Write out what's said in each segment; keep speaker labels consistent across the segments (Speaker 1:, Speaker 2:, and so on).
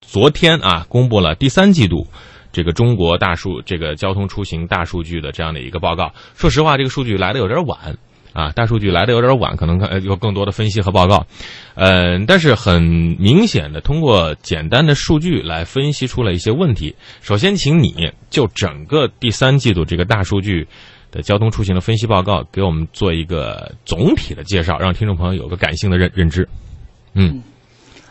Speaker 1: 昨天啊，公布了第三季度这个中国大数这个交通出行大数据的这样的一个报告。说实话，这个数据来的有点晚啊，大数据来的有点晚，可能呃有更多的分析和报告。嗯、但是很明显的，通过简单的数据来分析出了一些问题。首先，请你就整个第三季度这个大数据。的交通出行的分析报告，给我们做一个总体的介绍，让听众朋友有个感性的认认知。嗯，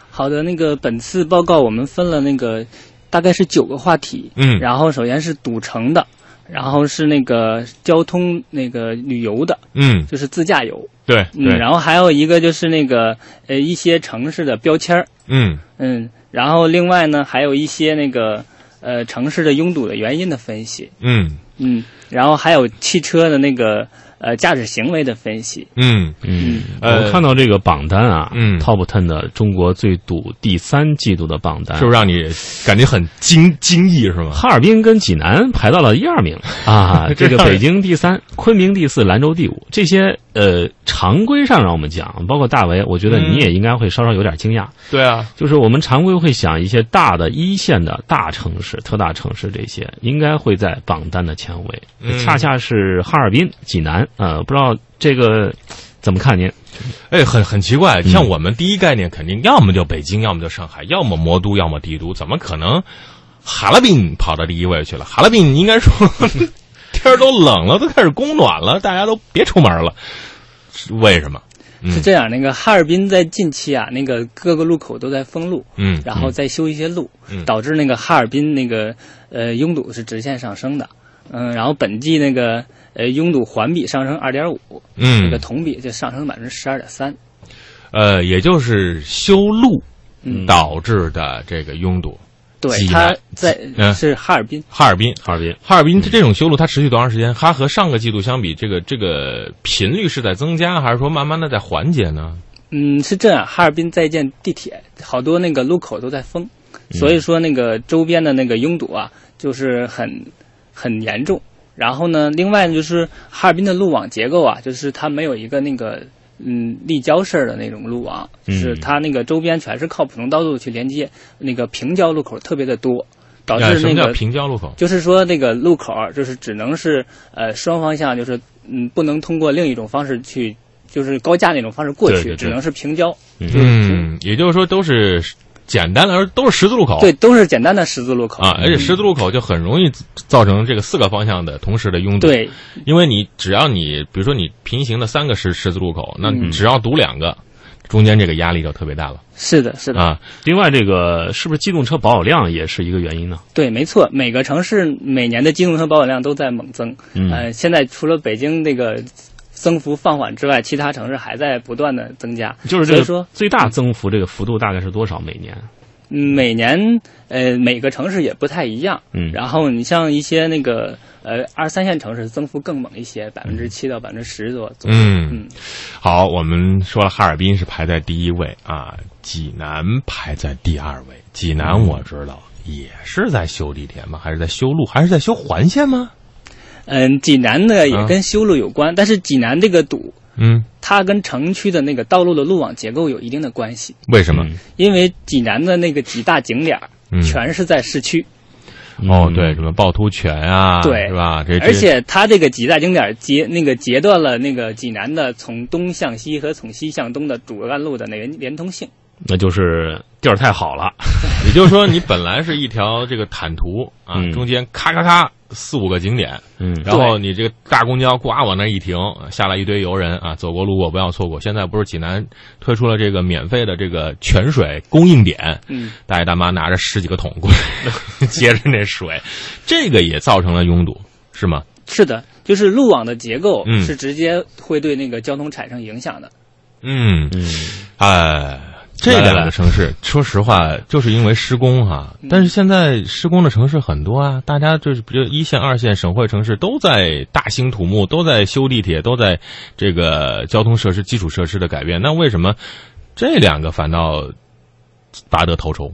Speaker 2: 好的，那个本次报告我们分了那个大概是九个话题，
Speaker 1: 嗯
Speaker 2: 然后首先是赌城的，然后是那个交通那个旅游的，
Speaker 1: 嗯，
Speaker 2: 就是自驾游，
Speaker 1: 对
Speaker 2: 嗯，
Speaker 1: 对，
Speaker 2: 然后还有一个就是那个呃一些城市的标签儿，
Speaker 1: 嗯
Speaker 2: 嗯，然后另外呢还有一些那个呃城市的拥堵的原因的分析，
Speaker 1: 嗯
Speaker 2: 嗯，然后还有汽车的那个呃驾驶行为的分析，
Speaker 1: 嗯
Speaker 2: 嗯
Speaker 1: 呃
Speaker 3: 我看到这个榜单啊，
Speaker 1: 嗯
Speaker 3: ，Top Ten 的中国最堵第三季度的榜单，
Speaker 1: 是不是让你感觉很惊惊异是吗？
Speaker 3: 哈尔滨跟济南排到了一二 名啊，
Speaker 1: 这
Speaker 3: 这个
Speaker 1: 样
Speaker 3: 北京第三，昆明第四，兰州第五，这些呃常规上让我们讲，包括大为，我觉得
Speaker 1: 嗯
Speaker 3: 你也应该会稍稍有点惊讶，
Speaker 1: 对啊，
Speaker 3: 就是我们常规会想一些大的一线的大城市、特大城市这些，应该会在榜单的前围，
Speaker 1: 嗯
Speaker 3: 恰恰是哈尔滨、济南，呃，不知道这个怎么看您？
Speaker 1: 哎，很很奇怪，像我们第一概念肯定要么就北京，要么就上海，要么魔都，要么帝都，怎么可能哈尔滨跑到第一位去了？哈尔滨应该说 天儿都冷了，都开始供暖了，大家都别出门了，是为什么？
Speaker 2: 是这样，那个哈尔滨在近期啊，那个各个路口都在封路，
Speaker 1: 嗯，
Speaker 2: 然后再修一些路，
Speaker 1: 嗯
Speaker 2: 导致那个哈尔滨那个呃拥堵是直线上升的，嗯，然后本季那个呃拥堵环比上升二点五，
Speaker 1: 嗯
Speaker 2: 那个同比就上升百分之十二点三，
Speaker 1: 呃，也就是修路
Speaker 2: 嗯
Speaker 1: 导致的这个拥堵。
Speaker 2: 对
Speaker 1: 济，南
Speaker 2: 它在
Speaker 1: 嗯
Speaker 2: 是哈尔滨，
Speaker 1: 哈尔滨，
Speaker 3: 哈尔滨
Speaker 1: 哈尔滨这种修路它持续多长时间？它和上个季度相比，这个这个频率是在增加，还是说慢慢的在缓解呢？
Speaker 2: 嗯，是这样，哈尔滨在建地铁，好多那个路口都在封，所
Speaker 1: 嗯
Speaker 2: 以说那个周边的那个拥堵啊，就是很很严重。然后呢，另外就是哈尔滨的路网结构啊，就是它没有一个那个嗯立交式的那种路网，
Speaker 1: 嗯
Speaker 2: 就是它那个周边全是靠普通道路去连接，那个平交路口特别的多，导
Speaker 1: 呃
Speaker 2: 致
Speaker 1: 什
Speaker 2: 啊那
Speaker 1: 么叫
Speaker 2: 个
Speaker 1: 平交路口？
Speaker 2: 就是说那个路口儿就是只能是呃双方向，就是嗯不能通过另一种方式去，就是高架那种方式过去，
Speaker 3: 对对对
Speaker 2: 只能是平交。
Speaker 1: 嗯，也就是说都是简单的，而都是十字路口。
Speaker 2: 对，都是简单的十字路口。
Speaker 1: 啊，而且十字路口就很容易造成这个四个方向的同时的拥堵。，
Speaker 3: 嗯
Speaker 2: 对
Speaker 1: 因为你只要你比如说你平行的三个十十字路口，那
Speaker 2: 嗯
Speaker 1: 只要堵两个，中间这个压力就特别大了
Speaker 2: 是的，是的，
Speaker 1: 啊。
Speaker 3: 另外，这个是不是机动车保有量也是一个原因呢？
Speaker 2: 对，没错。每个城市每年的机动车保有量都在猛增。
Speaker 3: 嗯
Speaker 2: 呃，现在除了北京这个增幅放缓之外，其他城市还在不断的增加。
Speaker 3: 就是
Speaker 2: 所以
Speaker 3: 这
Speaker 2: 说
Speaker 3: 个最大增幅，这个幅度大概是多少每年？
Speaker 2: 嗯每年呃每个城市也不太一样。
Speaker 3: 嗯
Speaker 2: 然后你像一些那个呃二三线城市增幅更猛一些，百分之七到百分之十多左右。
Speaker 1: 嗯
Speaker 2: 嗯，
Speaker 1: 好，我们说了哈尔滨是排在第一位啊，济南排在第二位。济南我知道也是在修地铁吗？还是在修路？还是在修环线吗？
Speaker 2: 嗯，济南呢也
Speaker 1: 啊
Speaker 2: 跟修路有关，但是济南这个堵，
Speaker 1: 嗯，
Speaker 2: 它跟城区的那个道路的路网结构有一定的关系。
Speaker 1: 为什么？
Speaker 2: 因为济南的那个几大景点儿
Speaker 1: 嗯
Speaker 2: 全是在市区，
Speaker 3: 嗯
Speaker 1: 哦，对，什么趵突泉啊，
Speaker 2: 对
Speaker 1: 是吧？这这
Speaker 2: 而且它这个几大景点儿截那个截断了那个济南的从东向西和从西向东的主干路的那个连通性。
Speaker 3: 那就是地儿太好了。
Speaker 1: 也就是说，你本来是一条这个坦途啊，
Speaker 3: 嗯
Speaker 1: 中间咔咔咔四五个景点，
Speaker 3: 嗯
Speaker 1: 然后你这个大公交呱往那儿一停，下来一堆游人啊，走过路过不要错过。现在不是济南推出了这个免费的这个泉水供应点，
Speaker 2: 嗯，
Speaker 1: 大爷大妈拿着十几个桶过来 接着那水，这个也造成了拥堵，是吗？
Speaker 2: 是的，就是路网的结构
Speaker 1: 嗯
Speaker 2: 是直接会对那个交通产生影响的。
Speaker 1: 嗯，
Speaker 3: 嗯，
Speaker 1: 哎，这两个城市，说实话，就是因为施工哈、
Speaker 2: 嗯
Speaker 1: 但是现在施工的城市很多啊，大家就是比如一线、二线省会城市都在大兴土木，都在修地铁，都在这个交通设施、基础设施的改变。那为什么这两个反倒拔得头筹？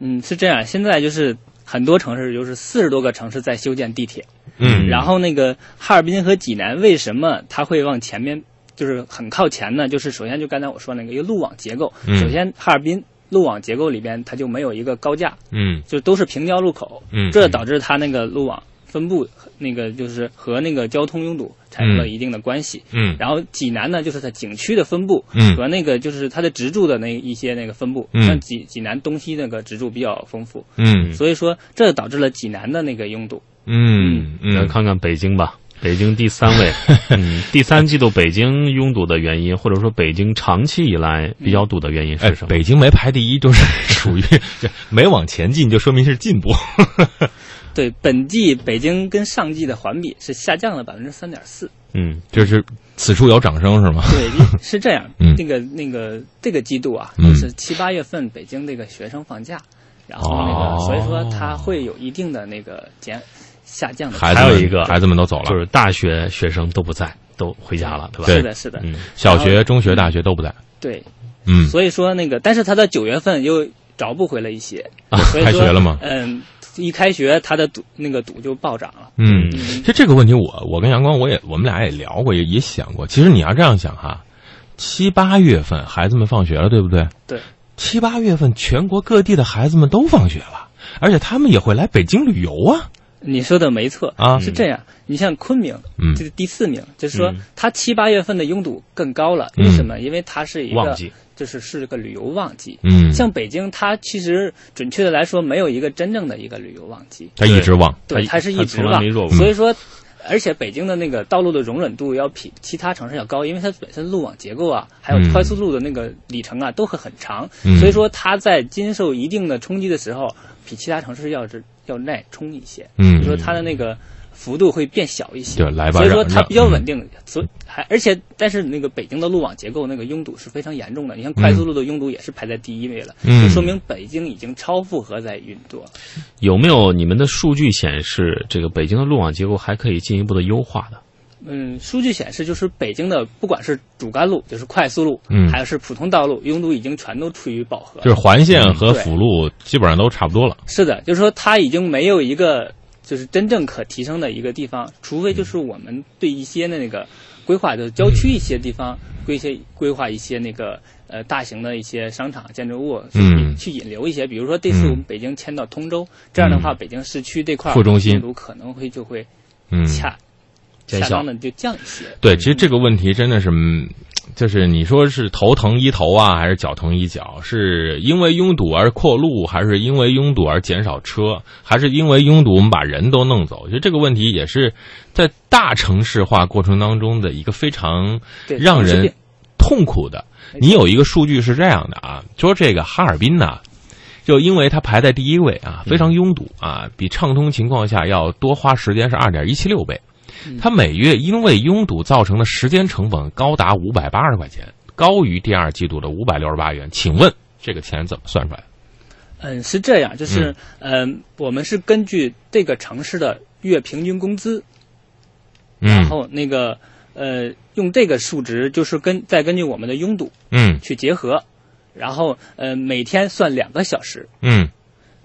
Speaker 2: 嗯，是这样，现在就是。很多城市就是四十多个城市在修建地铁，
Speaker 1: 嗯
Speaker 2: 然后那个哈尔滨和济南为什么它会往前面，就是很靠前呢？就是首先就刚才我说那个一个路网结构，
Speaker 1: 嗯
Speaker 2: 首先哈尔滨路网结构里边它就没有一个高架，
Speaker 1: 嗯
Speaker 2: 就都是平交路口，
Speaker 1: 嗯，
Speaker 2: 这导致它那个路网分布那个就是和那个交通拥堵产生了一定的关系。
Speaker 1: 嗯
Speaker 2: 然后济南呢，就是它景区的分布
Speaker 1: 嗯
Speaker 2: 和那个就是它的植柱的那一些那个分布，
Speaker 1: 嗯
Speaker 2: 像济济南东西那个植柱比较丰富，
Speaker 1: 嗯
Speaker 2: 所以说这导致了济南的那个拥堵。
Speaker 1: 嗯
Speaker 3: 来
Speaker 1: 嗯，
Speaker 3: 看看北京吧，北京第三 位，嗯，第三季度北京拥堵的原因，或者说北京长期以来比较堵的原因
Speaker 1: 哎
Speaker 3: 是什，么？
Speaker 1: 北京没排第一，就是 属于这没往前进，就说明是进步。
Speaker 2: 对，本季北京跟上季的环比是下降了百分之三点 四。
Speaker 3: 嗯，
Speaker 1: 就是此处有掌声是吗？
Speaker 2: 对，一是这样。
Speaker 1: 嗯
Speaker 2: 那个那个这个季度啊，
Speaker 1: 嗯
Speaker 2: 就是七八月份北京这个学生放假，然后那个、
Speaker 1: 哦
Speaker 2: 所以说它会有一定的那个减下降的。
Speaker 1: 孩子
Speaker 3: 还有
Speaker 1: 们
Speaker 3: 一个
Speaker 1: 孩子们都走
Speaker 3: 就
Speaker 1: 了，
Speaker 3: 是大学学生都不在，都回家了，对吧？
Speaker 1: 对
Speaker 2: 是的，是的，
Speaker 3: 嗯，
Speaker 1: 小学、中学、大学都不在。
Speaker 2: 对。
Speaker 1: 嗯，
Speaker 2: 所以说那个，但是它到九月份又找不回了一些，所以
Speaker 1: 啊开
Speaker 2: 说
Speaker 1: 学了吗？
Speaker 2: 嗯，一开学它的堵那个堵就暴涨了。
Speaker 1: 嗯，
Speaker 2: 嗯
Speaker 1: 其实这个问题我我跟阳光我也我们俩也聊过，也也想过。其实你要这样想哈，七八月份孩子们放学了，对不对？
Speaker 2: 对。
Speaker 1: 七八月份全国各地的孩子们都放学了，而且他们也会来北京旅游啊
Speaker 2: 你说的没错，
Speaker 1: 啊！
Speaker 2: 是这样。你像昆明，
Speaker 1: 嗯
Speaker 2: 这是第四名，就是说
Speaker 3: 嗯
Speaker 2: 它七八月份的拥堵更高了。
Speaker 1: 嗯
Speaker 2: 为什么？因为它是一
Speaker 3: 旺
Speaker 2: 个
Speaker 3: 季，
Speaker 2: 就是是个旅游旺季。
Speaker 1: 嗯，
Speaker 2: 像北京，它其实准确的来说，没有一个真正的一个旅游旺季，
Speaker 1: 他一直忘，
Speaker 2: 对，
Speaker 3: 它
Speaker 2: 它是一直
Speaker 3: 从来
Speaker 2: 旺
Speaker 3: 没。弱过。
Speaker 2: 所
Speaker 1: 嗯
Speaker 2: 以说，而且北京的那个道路的容忍度要比其他城市要高，因为它本身路网结构啊，还
Speaker 1: 嗯
Speaker 2: 有快速路的那个里程啊，都会很长，
Speaker 1: 嗯
Speaker 2: 所以说它在经受一定的冲击的时候，比其他城市要是要耐冲一些。
Speaker 1: 嗯
Speaker 2: 就，说它的那个幅度会变小一些。
Speaker 1: 对来吧
Speaker 2: 所以说
Speaker 1: 让嗯
Speaker 2: 它
Speaker 1: 让
Speaker 2: 比较稳定，所以还而且但是那个北京的路网结构那个拥堵是非常严重的，你看快速路的拥堵也是排在第一位了，
Speaker 1: 嗯
Speaker 2: 就说明北京已经超负荷在运作。
Speaker 3: 有没有你们的数据显示，这个北京的路网结构还可以进一步的优化的？
Speaker 2: 嗯，数据显示，就是北京的不管是主干路，就是快速路，
Speaker 1: 嗯
Speaker 2: 还是普通道路，拥堵已经全都处于饱和。
Speaker 1: 就是环线和
Speaker 2: 嗯对
Speaker 1: 辅路基本上都差不多了。
Speaker 2: 是的，就是说它已经没有一个就是真正可提升的一个地方，除
Speaker 1: 嗯
Speaker 2: 非就是我们对一些那个规划，就是郊区一些地方规一些规划一些那个呃大型的一些商场建筑物去、
Speaker 1: 嗯
Speaker 2: 去引流一些，比如说这次我们
Speaker 1: 嗯
Speaker 2: 北京迁到通州，这样的话
Speaker 1: 嗯
Speaker 2: 北京市区这块
Speaker 1: 副中心
Speaker 2: 拥堵可能会就会
Speaker 1: 嗯，
Speaker 2: 恰、
Speaker 3: 减
Speaker 2: 恰
Speaker 3: 小
Speaker 2: 当的就降一些。
Speaker 1: 对，其实这个问题真的是，嗯就是你说是头疼医头啊，还是脚疼医脚？是因为拥堵而扩路，还是因为拥堵而减少车，还是因为拥堵我们把人都弄走？其实这个问题也是在大城市化过程当中的一个非常
Speaker 2: 对，
Speaker 1: 让
Speaker 2: 城市
Speaker 1: 人
Speaker 2: 变
Speaker 1: 痛苦的。你有一个数据是这样的啊，说这个哈尔滨呢、就因为它排在第一位
Speaker 2: 嗯
Speaker 1: 啊，非常拥堵啊，比畅通情况下要多花时间是二点一七六倍。
Speaker 2: 嗯
Speaker 1: 它每月因为拥堵造成的时间成本高达五百八十块钱，高于第二季度的五百六十八元。请问这个钱怎么算出来的？
Speaker 2: 嗯，是这样，就是嗯、我们是根据这个城市的月平均工资然
Speaker 1: 嗯
Speaker 2: 后那个呃，用这个数值就是跟再根据我们的拥堵
Speaker 1: 嗯
Speaker 2: 去结合，然后呃每天算两个小时，
Speaker 1: 嗯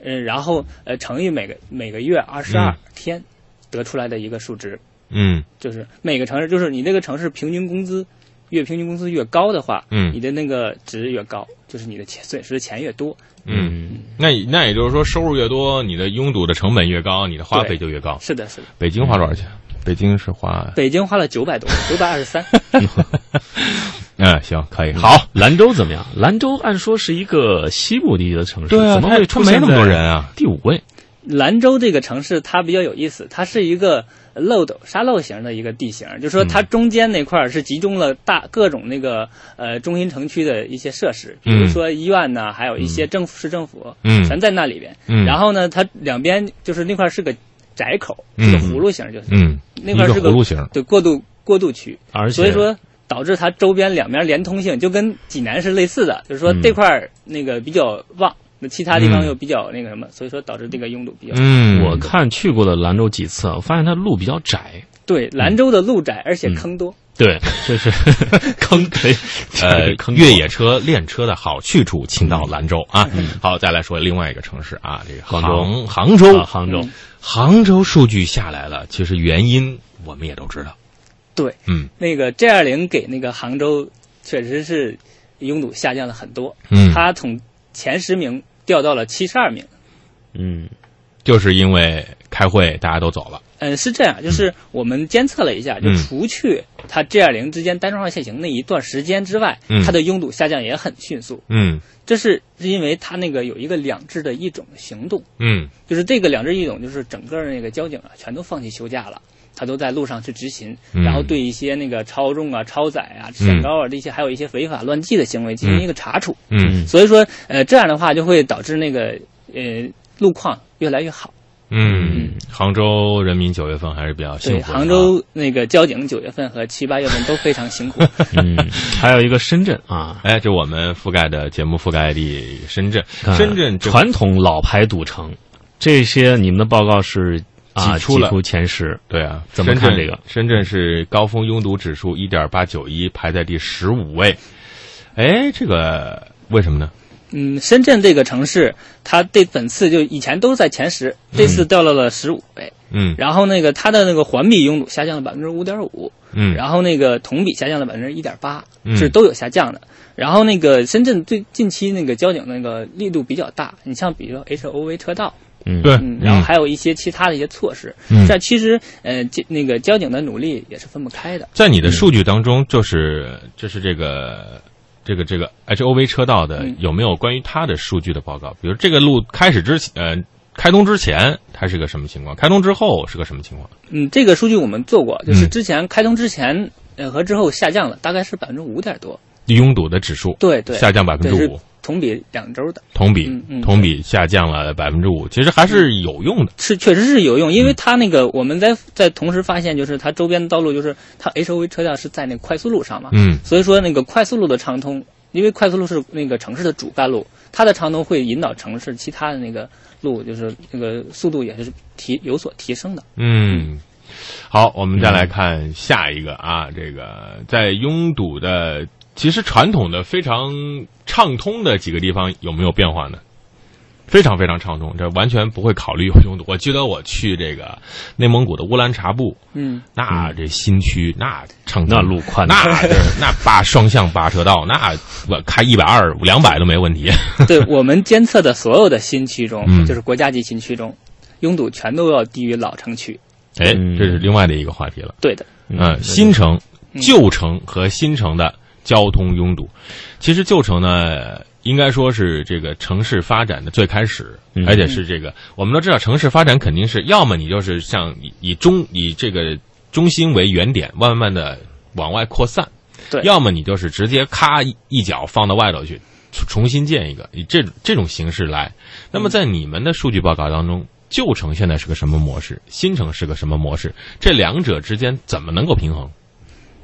Speaker 2: 嗯、然后呃乘以每个每个月二十二天得出来的一个数值，
Speaker 1: 嗯
Speaker 2: 就是每个城市就是你这个城市平均工资月平均工资越高的话，你
Speaker 1: 嗯
Speaker 2: 的那个值越高，就是你的钱损失的钱越多。
Speaker 1: 嗯。，那那也就是说，收入越多，你的拥堵的成本越高，你的花费就越高。
Speaker 2: 是的，是的，
Speaker 1: 北京花多少钱？
Speaker 2: 嗯
Speaker 1: 北京是花，
Speaker 2: 北京花了九百多，九百二十三。
Speaker 1: 嗯，行，可以，好。
Speaker 3: 好，兰州怎么样？兰州按说是一个西部地区的城市，
Speaker 1: 对啊，
Speaker 3: 怎么
Speaker 1: 他
Speaker 3: 会
Speaker 1: 他
Speaker 3: 出
Speaker 1: 没
Speaker 3: 现
Speaker 1: 那么多
Speaker 3: 在
Speaker 1: 人啊？
Speaker 3: 第五位？
Speaker 2: 兰州这个城市它比较有意思，它是一个漏斗沙漏型的一个地形，就是说
Speaker 1: 嗯
Speaker 2: 它中间那块儿是集中了大各种那个呃中心城区的一些设施，比如说医院呐，还有一些政府市政府，
Speaker 1: 嗯
Speaker 2: 全在那里边。
Speaker 1: 嗯
Speaker 2: 然后呢，它两边就是那块儿是个窄口，
Speaker 1: 嗯
Speaker 2: 是个葫芦形，就是、
Speaker 1: 嗯，
Speaker 2: 那块儿
Speaker 1: 一
Speaker 2: 是
Speaker 1: 个
Speaker 2: 个
Speaker 1: 葫芦形。
Speaker 2: 对过渡过渡区，
Speaker 3: 而且
Speaker 2: 所以说导致它周边两边连通性就跟济南是类似的，就是说
Speaker 3: 嗯
Speaker 2: 这块儿那个比较旺，那其他地方
Speaker 1: 嗯
Speaker 2: 又比较那个什么，所以说导致这个拥堵比较。
Speaker 1: 嗯，
Speaker 3: 我看去过的兰州几次，我发现它路比较窄。
Speaker 1: 嗯
Speaker 2: 对，兰州的路窄，而且坑多。
Speaker 3: 对，这是
Speaker 1: 嗯
Speaker 3: 坑， 可以
Speaker 1: 呃，
Speaker 3: 坑
Speaker 1: 越野车练车的好去处，请到兰州啊。好，再来说另外一个城市啊，这个
Speaker 3: 广
Speaker 1: 杭
Speaker 3: 州
Speaker 1: 杭
Speaker 3: 啊
Speaker 1: 州，
Speaker 3: 杭州
Speaker 2: 嗯
Speaker 1: 杭州数据下来了，其实原因我们也都知道。
Speaker 2: 对，
Speaker 1: 嗯
Speaker 2: 那个 G 二零给那个杭州确实是拥堵下降了很多。
Speaker 1: 嗯
Speaker 2: 它从前十名掉到了七十二名。
Speaker 3: 嗯
Speaker 1: 就是因为开会大家都走了，
Speaker 2: 嗯，是这样，就是我们监测了一下，就
Speaker 1: 嗯
Speaker 2: 除去它 G 二零之间单双向限行那一段时间之外，
Speaker 1: 嗯
Speaker 2: 它的拥堵下降也很迅速。
Speaker 1: 嗯
Speaker 2: 这是是因为它那个有一个两制的一种行动，
Speaker 1: 嗯
Speaker 2: 就是这个两制一种，就是整个那个交警啊，全都放弃休假了。他都在路上去执勤，
Speaker 1: 嗯
Speaker 2: 然后对一些那个超重啊、超载啊、限高啊这些，还有一些违法乱纪的行为进行一个查处。
Speaker 1: 嗯
Speaker 2: 所以说，呃，这样的话就会导致那个呃路况越来越好。
Speaker 1: 嗯，杭州人民九月份还是比较幸
Speaker 2: 对，
Speaker 1: 福的啊。
Speaker 2: 杭州那个交警九月份和七八月份都非常辛
Speaker 1: 啊
Speaker 2: 苦。
Speaker 3: 嗯，还有一个深圳啊，
Speaker 1: 哎，这我们覆盖的节目覆盖地深圳，
Speaker 3: 看
Speaker 1: 深圳这
Speaker 3: 传统老牌赌城，这些你们的报告是啊
Speaker 1: 挤出了
Speaker 3: 前十，
Speaker 1: 对啊，
Speaker 3: 怎么看
Speaker 1: 深圳
Speaker 3: 这个？
Speaker 1: 深圳是高峰拥堵指数一点八九一，排在第十五位。哎，这个为什么呢？
Speaker 2: 嗯，深圳这个城市，它这本次就以前都在前十，这次掉到了十五位。
Speaker 1: 嗯
Speaker 2: 然后那个它的那个环比拥堵下降了百分之五点五，
Speaker 1: 嗯，
Speaker 2: 然后那个同比下降了百分之一点八，
Speaker 1: 嗯
Speaker 2: 是都有下降的。然后那个深圳最近期那个交警那个力度比较大，你像比如说 H O V 车道，
Speaker 3: 嗯，
Speaker 1: 对，
Speaker 2: 嗯，然后还有一些其他的一些措施。
Speaker 1: 嗯
Speaker 2: 这其实呃，这那个交警的努力也是分不开的。
Speaker 1: 在你的数据当中，就是就是这个这个这个 H O V 车道的
Speaker 2: 嗯
Speaker 1: 有没有关于它的数据的报告？比如这个路开始之前，呃，开通之前它是个什么情况？开通之后是个什么情况？
Speaker 2: 嗯，这个数据我们做过，就是
Speaker 1: 嗯
Speaker 2: 之前开通之前呃和之后下降了，大概是百分之五点多。
Speaker 1: 拥堵的指数
Speaker 2: 对对，
Speaker 1: 下降百分
Speaker 2: 对
Speaker 1: 之
Speaker 2: 是
Speaker 1: 五，
Speaker 2: 同比两周的，
Speaker 1: 同比、
Speaker 2: 嗯嗯
Speaker 1: 同比下降了百分之五，其实还是有用的。
Speaker 2: 是确实是有用，因
Speaker 1: 嗯
Speaker 2: 为它那个我们在在同时发现，就是它周边的道路，就是它 H O V 车道是在那个快速路上嘛，
Speaker 1: 嗯
Speaker 2: 所以说那个快速路的畅通，因为快速路是那个城市的主干路，它的畅通会引导城市其他的那个路，就是那个速度也是提有所提升的。
Speaker 1: 嗯，好，我们再来看下一个啊，这个在拥堵的，其实传统的非常畅通的几个地方有没有变化呢？非常非常畅通，这完全不会考虑有拥堵。我记得我去这个内蒙古的乌兰察布，
Speaker 2: 嗯，
Speaker 1: 那这新区那畅通，
Speaker 3: 那路宽
Speaker 1: 那这那八双向八车道，那我开一百二、两百都没问题。
Speaker 2: 对我们监测的所有的新区中，
Speaker 1: 嗯
Speaker 2: 就是国家级新区中，拥堵全都要低于老城区。
Speaker 1: 哎，
Speaker 3: 嗯
Speaker 1: 这是另外的一个话题了。
Speaker 2: 对的，
Speaker 1: 嗯，新城、旧城和新城的交通拥堵。其实旧城呢，应该说是这个城市发展的最开始，
Speaker 3: 嗯
Speaker 1: 而且是这个我们都知道，城市发展肯定是要么你就是像以以中以这个中心为原点，慢慢的往外扩散，
Speaker 2: 对
Speaker 1: 要么你就是直接咔一一脚放到外头去。重重新建一个，以这这种形式来。那
Speaker 2: 嗯
Speaker 1: 么在你们的数据报告当中，旧城现在是个什么模式？新城是个什么模式？这两者之间怎么能够平衡？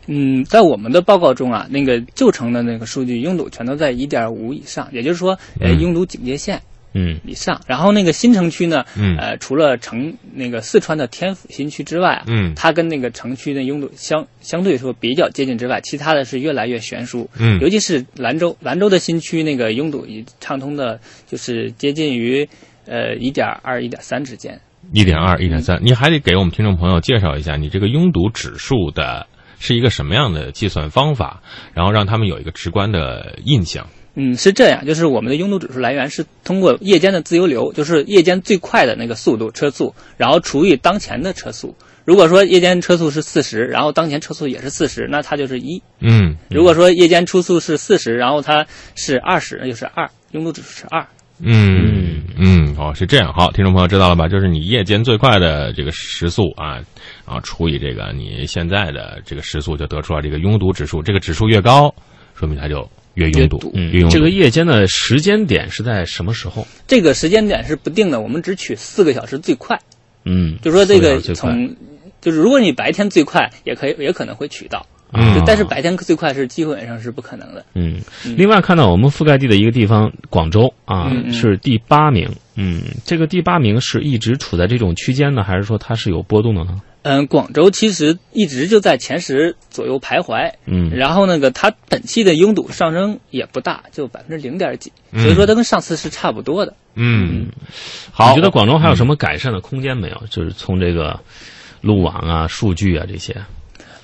Speaker 2: 嗯，在我们的报告中啊，那个旧城的那个数据拥堵全都在一点五以上，也就是说，呃，
Speaker 1: 嗯
Speaker 2: 拥堵警戒线
Speaker 3: 嗯
Speaker 2: 以上。然后那个新城区呢，
Speaker 1: 嗯
Speaker 2: 呃，除了城那个四川的天府新区之外啊，
Speaker 1: 嗯
Speaker 2: 它跟那个城区的拥堵相相对说比较接近之外，其他的是越来越悬殊。
Speaker 1: 嗯
Speaker 2: 尤其是兰州，兰州的新区那个拥堵已畅通的，就是接近于呃一点二、一点三之间。
Speaker 1: 一点
Speaker 2: 嗯
Speaker 1: 二、一点三，你还得给我们听众朋友介绍一下你这个拥堵指数的是一个什么样的计算方法，然后让他们有一个直观的印象。
Speaker 2: 嗯，是这样，就是我们的拥堵指数来源是通过夜间的自由流，就是夜间最快的那个速度车速，然后除以当前的车速。如果说夜间车速是四十，然后当前车速也是四十，那它就是一；
Speaker 1: 嗯，
Speaker 2: 如果说夜间初速是四十，然后它是二十，那就是二，拥堵指数是二。
Speaker 1: 嗯嗯，哦，是这样。好，听众朋友知道了吧？就是你夜间最快的这个时速啊，啊，除以这个你现在的这个时速，就得出来这个拥堵指数。这个指数越高，说明它就越拥堵，
Speaker 2: 越
Speaker 3: 嗯
Speaker 1: 越拥，堵。
Speaker 3: 这个夜间的时间点是在什么时候？
Speaker 2: 这个时间点是不定的，我们只取四个小时最快，
Speaker 3: 嗯，
Speaker 2: 就说这个
Speaker 3: 四个小时最快
Speaker 2: 从，就是如果你白天最快，也可以也可能会取到，
Speaker 1: 嗯
Speaker 3: 啊
Speaker 2: 就但是白天最快是基本上是不可能的。
Speaker 3: 嗯，另外看到我们覆盖地的一个地方，广州啊、
Speaker 2: 嗯嗯
Speaker 3: 是第八名。嗯，这个第八名是一直处在这种区间呢，还是说它是有波动的呢？
Speaker 2: 嗯，广州其实一直就在前十左右徘徊，
Speaker 3: 嗯
Speaker 2: 然后那个它本期的拥堵上升也不大，就百分之零点几，
Speaker 3: 嗯
Speaker 2: 所以说它跟上次是差不多的。
Speaker 1: 嗯，好，
Speaker 3: 你觉得广州还有什么改善的空间没有？就是从这个路网啊、数据啊这些。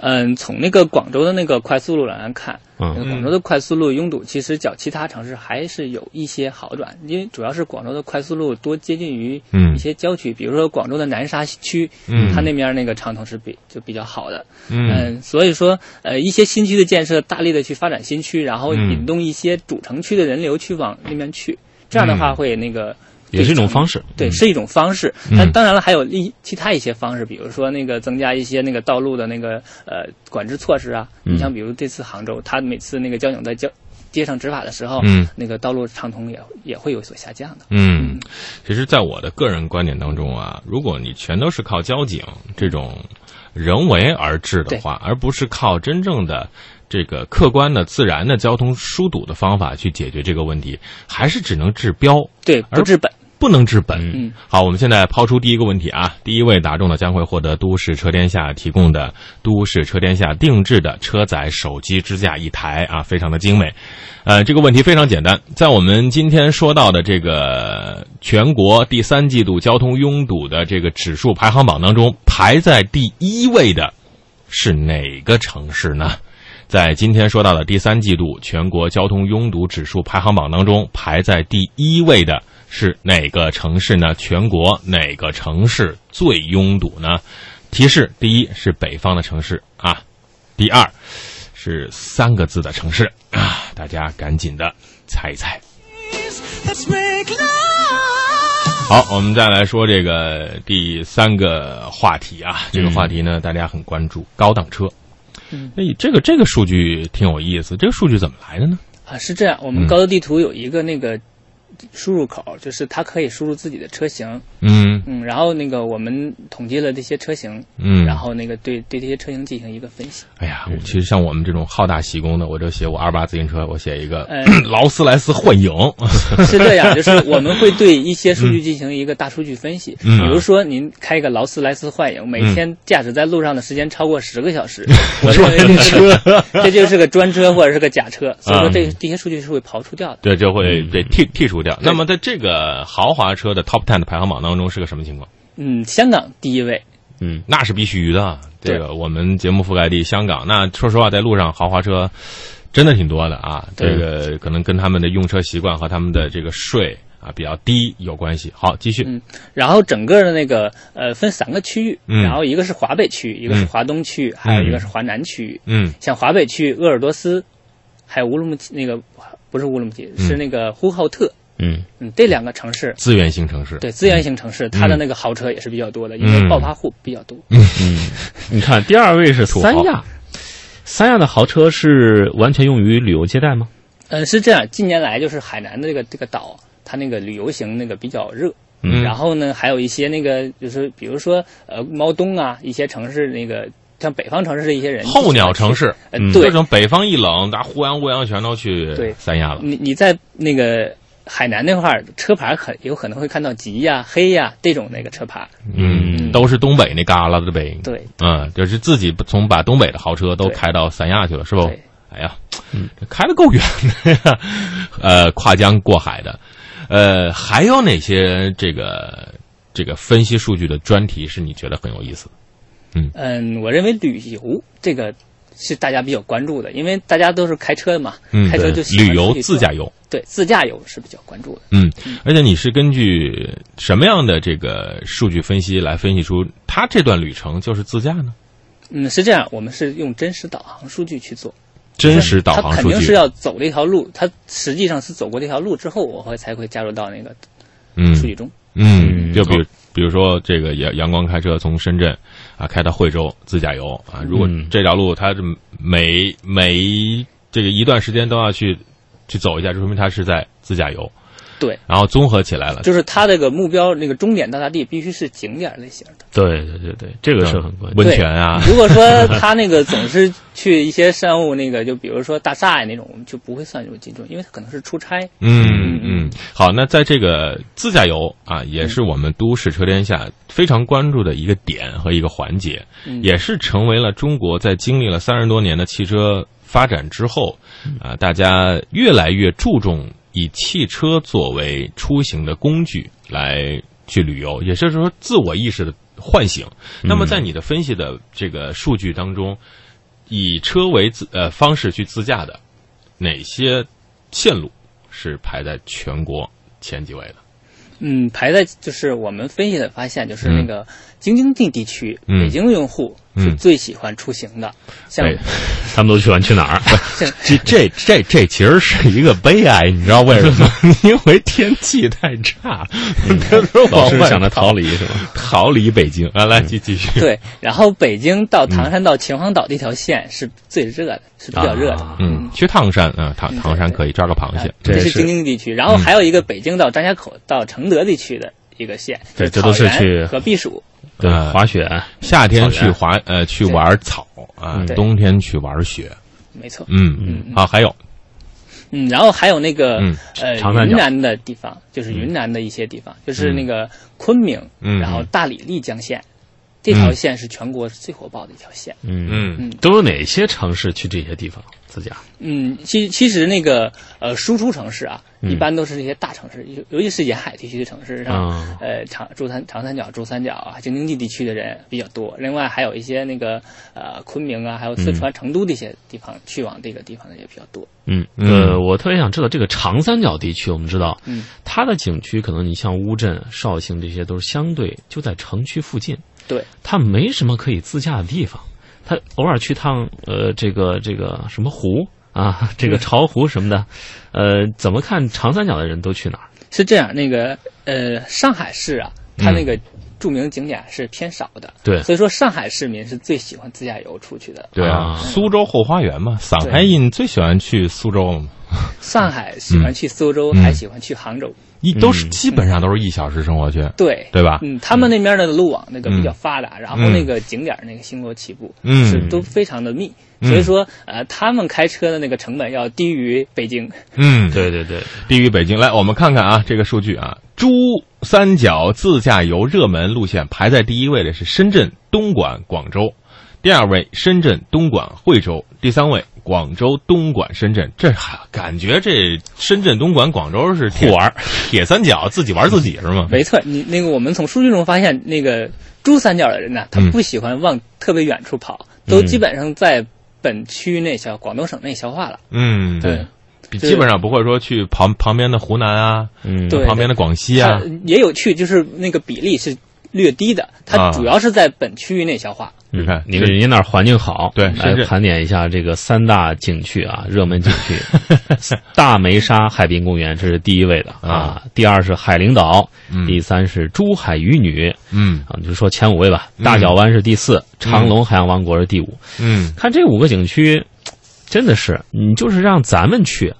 Speaker 2: 嗯，从那个广州的那个快速路来看，
Speaker 3: 嗯
Speaker 2: 那个广州的快速路拥堵其实较其他城市还是有一些好转，因为主要是广州的快速路多接近于
Speaker 1: 嗯
Speaker 2: 一些郊区，比如说广州的南沙区，
Speaker 1: 嗯
Speaker 2: 它那面那个长城是比就比较好的，
Speaker 1: 嗯
Speaker 2: 嗯，所以说，呃，一些新区的建设，大力的去发展新区，然后
Speaker 1: 嗯
Speaker 2: 引动一些主城区的人流去往那边去，这样的话会那个
Speaker 3: 也是一种
Speaker 2: 对城
Speaker 3: 方式。
Speaker 2: 对，
Speaker 3: 嗯
Speaker 2: 是一种方式。
Speaker 1: 嗯
Speaker 2: 但当然了，还有另其他一些方式，比如说那个增加一些那个道路的那个呃管制措施啊。
Speaker 3: 嗯
Speaker 2: 你像比如这次杭州，它每次那个交警在交街上执法的时候，
Speaker 1: 嗯
Speaker 2: 那个道路畅通也也会有所下降的。
Speaker 1: 嗯，其实，在我的个人观点当中啊，如果你全都是靠交警这种人为而治的话，而不是靠真正的这个客观的自然的交通疏堵的方法去解决这个问题，还是只能治标，
Speaker 2: 对，不
Speaker 1: 而
Speaker 2: 治本。
Speaker 1: 不能治本。
Speaker 3: 嗯
Speaker 2: 嗯
Speaker 1: 好，我们现在抛出第一个问题啊，第一位答中的将会获得都市车天下提供的都市车天下定制的车载手机支架一台啊，非常的精美。呃，这个问题非常简单，在我们今天说到的这个全国第三季度交通拥堵的这个指数排行榜当中，排在第一位的是哪个城市呢？在今天说到的第三季度全国交通拥堵指数排行榜当中，排在第一位的是哪个城市呢？全国哪个城市最拥堵呢？提示：第一是北方的城市啊，第二是三个字的城市啊，大家赶紧的猜一猜。
Speaker 4: Let's make love.
Speaker 1: 好，我们再来说这个第三个话题啊，这个话题呢，大家很关注高档车。
Speaker 2: 嗯
Speaker 1: 哎，这个这个数据挺有意思，这个数据怎么来的呢？
Speaker 2: 啊，是这样。我们
Speaker 1: 嗯
Speaker 2: 高德地图有一个那个输入口，就是它可以输入自己的车型。
Speaker 1: 嗯
Speaker 2: 嗯，然后那个我们统计了这些车型，
Speaker 1: 嗯，
Speaker 2: 然后那个对对这些车型进行一个分析。
Speaker 1: 哎呀，
Speaker 3: 嗯
Speaker 1: 我其实像我们这种好大喜功的，我就写我二八自行车，我写一个、
Speaker 2: 哎
Speaker 1: 劳斯莱斯幻 影。
Speaker 2: 是这样，就是我们会对一些数据进行一个大数据分析。
Speaker 1: 嗯
Speaker 2: 比如说，您开一个劳斯莱斯幻影，每天驾驶在路上的时间超过十个 小时，我认为这个这就是个专车或者是个假车，
Speaker 1: 嗯
Speaker 2: 所以说这这些数据是会刨除掉的。
Speaker 1: 对，就会被
Speaker 3: 嗯
Speaker 1: 剔剔除掉。那么在这个豪华车的 Top Ten 的排行榜当中是个什么情况？
Speaker 2: 嗯，香港第一位，
Speaker 3: 嗯，
Speaker 1: 那是必须的。这个我们节目覆盖地香港，那说实话，在路上豪华车真的挺多的啊。这
Speaker 3: 对
Speaker 1: 个可能跟他们的用车习惯和他们的这个税啊比较低有关系。好，继续。
Speaker 2: 嗯，然后整个的那个呃分三个区域，
Speaker 1: 嗯
Speaker 2: 然后一个是华北区，一个是华东区，还有一个是华南区域。
Speaker 1: 嗯
Speaker 2: 像华北区鄂尔多斯，还有乌鲁木齐那个不是乌鲁木齐，
Speaker 1: 嗯
Speaker 2: 是那个呼和浩特，
Speaker 3: 嗯，
Speaker 2: 嗯，这两个城市
Speaker 1: 资源型城市。
Speaker 2: 对资源型城
Speaker 1: 嗯
Speaker 2: 市，它的那个豪车也是比较多的，因为暴发户比较多。
Speaker 3: 你看第二位是
Speaker 1: 土
Speaker 3: 三
Speaker 1: 豪
Speaker 3: 亚，三亚的豪车是完全用于旅游接待吗？
Speaker 2: 嗯，是这样，近年来就是海南的这个这个岛，它那个旅游型那个比较热。
Speaker 1: 嗯
Speaker 2: 然后呢，还有一些那个，就是比如说，呃，猫冬啊，一些城市那个，像北方城市的一些人，
Speaker 1: 候鸟城，市，
Speaker 2: 呃
Speaker 1: 嗯，
Speaker 2: 对
Speaker 1: 这种北方一冷，大家呼阳呼阳全都去
Speaker 2: 对
Speaker 1: 三亚了。
Speaker 2: 你你在那个海南那块儿，车牌很有可能会看到吉呀、黑呀这种那个车牌，
Speaker 1: 嗯，
Speaker 3: 嗯
Speaker 1: 都是东北那旮旯的呗。
Speaker 2: 对
Speaker 1: 嗯，就是自己不从把东北的豪车都开到三亚去了，是不？
Speaker 2: 对嗯
Speaker 1: 哎呀，这开的够远的 呀，呃，跨江过海的，呃，还有哪些这个这个分析数据的专题是你觉得很有意思的？
Speaker 2: 嗯，我认为旅游这个是大家比较关注的，因为大家都是开车嘛，
Speaker 1: 嗯，
Speaker 2: 开车
Speaker 1: 对
Speaker 2: 就喜欢
Speaker 1: 旅游
Speaker 2: 出去
Speaker 1: 自
Speaker 2: 转
Speaker 1: 驾游，
Speaker 2: 对自驾游是比较关注的。
Speaker 1: 嗯，而且你是根据什么样的这个数据分析来分析出他这段旅程就是自驾呢？
Speaker 2: 嗯，是这样，我们是用真实导航数据去做，
Speaker 1: 真实导航
Speaker 2: 它肯
Speaker 1: 数
Speaker 2: 定是
Speaker 1: 据，
Speaker 2: 要走这条路，它实际上是走过这条路之后，我会才会加入到那个
Speaker 1: 嗯
Speaker 2: 数据中。
Speaker 1: 嗯，
Speaker 3: 嗯
Speaker 1: 就比如比如说这个阳阳光开车从深圳啊开到惠州自驾游啊，如果
Speaker 3: 嗯
Speaker 1: 这条路它是每每这个一段时间都要去去走一下，就说明它是在自驾游。
Speaker 2: 对，
Speaker 1: 然后综合起来了，
Speaker 2: 就是它这个目标那个终点到达地必须是景点类型的。
Speaker 3: 对对对对，这个是很关键。
Speaker 1: 温泉啊，
Speaker 2: 如果说他那个总是去一些商务那个，就比如说大厦呀那种，我们就不会算入进中，因为他可能是出差。
Speaker 1: 嗯嗯，好，那在这个自驾游啊，也是我们都市车天下非常关注的一个点和一个环节，
Speaker 2: 嗯
Speaker 1: 也是成为了中国在经历了三十多年的汽车发展之后，啊，大家越来越注重以汽车作为出行的工具来去旅游，也就是说自我意识的唤醒。那么在你的分析的这个数据当中，以车为自呃方式去自驾的，哪些线路是排在全国前几位的？
Speaker 2: 嗯，排在就是我们分析的发现，就是那个京津冀地区，
Speaker 1: 嗯
Speaker 2: 北京的用户是最喜欢出行的。像
Speaker 1: 哎
Speaker 3: 嗯他们都喜欢去哪儿？
Speaker 1: 这这这这其实是一个悲哀，你知道为什么？ 嗯因为天气太差，他说
Speaker 3: 老
Speaker 1: 往
Speaker 3: 是
Speaker 1: 外
Speaker 3: 想着逃
Speaker 1: 逃
Speaker 3: 离是吧？
Speaker 1: 逃离北京啊！来继继续，
Speaker 2: 对，然后北京到唐山到秦皇岛这条线是最热的，是比较热的。啊
Speaker 3: 啊
Speaker 1: 嗯，去唐山啊，唐唐山可以抓个螃蟹，
Speaker 2: 这
Speaker 3: 这
Speaker 2: 是
Speaker 3: 是
Speaker 2: 京津冀地区，然后还有一个北京到张家口到承德地区的一个线，
Speaker 3: 对
Speaker 2: 就
Speaker 3: 这都是
Speaker 2: 草原
Speaker 3: 去
Speaker 2: 和避暑。
Speaker 3: 对
Speaker 1: 啊，
Speaker 3: 滑雪，
Speaker 1: 夏天
Speaker 3: 草
Speaker 1: 去
Speaker 3: 原
Speaker 1: 滑呃去玩草啊，
Speaker 2: 对
Speaker 1: 冬天去玩雪，
Speaker 2: 没错，
Speaker 1: 嗯嗯，好，还有
Speaker 2: 嗯，然后还有那个、
Speaker 1: 嗯
Speaker 2: 呃
Speaker 3: 长三角嗯
Speaker 2: 云南的地方，就是云南的一些地方，就是那个昆明，
Speaker 1: 嗯
Speaker 2: 然后大理丽江线，这条线是全国最火爆的一条线。
Speaker 3: 嗯，
Speaker 1: 嗯
Speaker 3: 都有哪些城市去这些地方自驾？
Speaker 2: 嗯，其其实那个呃，输出城市啊，
Speaker 3: 嗯
Speaker 2: 一般都是这些大城市，尤尤其是沿海地区的城市上，
Speaker 3: 啊
Speaker 2: 呃，长珠三长三角、珠三角啊，京津冀地区的人比较多。另外还有一些那个呃，昆明啊，还有四川、成都这些地方，去往这个地方的也比较多。
Speaker 3: 嗯，
Speaker 1: 嗯
Speaker 3: 呃，我特别想知道这个长三角地区，我们知道，
Speaker 2: 嗯
Speaker 3: 它的景区可能你像乌镇、绍兴这些都是相对就在城区附近，
Speaker 2: 对，
Speaker 3: 它没什么可以自驾的地方，它偶尔去趟呃这个这个什么湖啊， 这个巢湖什么的，呃，怎么看长三角的人都去哪儿？
Speaker 2: 是这样，那个呃，上海市啊，
Speaker 1: 嗯
Speaker 2: 它那个著名景点是偏少的，
Speaker 3: 对
Speaker 2: 所以说上海市民是最喜欢自驾游出去的。
Speaker 1: 对
Speaker 3: 啊
Speaker 1: 啊，苏州后花园嘛，上海人最喜欢去苏州了嘛，
Speaker 2: 上海喜
Speaker 1: 嗯
Speaker 2: 欢去苏州，还喜欢去杭州。
Speaker 1: 一都是
Speaker 3: 嗯
Speaker 1: 基本上都是一小时生活圈，
Speaker 2: 对
Speaker 1: 对吧？
Speaker 2: 嗯，他们那边的路网那个比较
Speaker 1: 嗯
Speaker 2: 发达，然后那个景点儿那个星罗棋布，
Speaker 1: 嗯
Speaker 2: 是都非常的密，所以说呃，他们开车的那个成本要低于北京。
Speaker 1: 嗯，
Speaker 3: 对对对，
Speaker 1: 低于北京。来，我们看看啊，这个数据啊，珠三角自驾游热门路线排在第一位的是深圳、东莞、广州，第二位深圳、东莞、惠州，第三位广州、东莞、深圳。这还感觉这深圳、东莞、广州是铁
Speaker 3: 玩儿
Speaker 1: 铁三角，自己玩自己是吗？
Speaker 2: 没错，你那个我们从数据中发现，那个珠三角的人呢，他
Speaker 1: 嗯
Speaker 2: 不喜欢往特别远处跑，都基本上在本区内消广东省内消化了。
Speaker 1: 嗯，
Speaker 2: 对。
Speaker 1: 比
Speaker 2: 对
Speaker 1: 基本上不会说去旁旁边的湖南啊，
Speaker 3: 嗯，
Speaker 2: 对
Speaker 1: 旁边的广西啊
Speaker 2: 它，也有趣，就是那个比例是略低的，它
Speaker 1: 啊
Speaker 2: 主要是在本区域内消化。
Speaker 1: 你看
Speaker 3: 你
Speaker 1: 这
Speaker 3: 人家那儿环境好，
Speaker 1: 啊对
Speaker 3: 来
Speaker 1: 深圳
Speaker 3: 盘点一下这个三大景区 啊，热门景区，大梅沙海滨公园这是第一位的
Speaker 1: 嗯
Speaker 3: 啊，第二是海陵岛，第三是珠海渔女
Speaker 1: 嗯
Speaker 3: 啊，你就说前五位吧，大角湾是第四，长隆海洋王国是第五。
Speaker 1: 嗯，
Speaker 3: 看这五个景区，真的是你就是让咱们去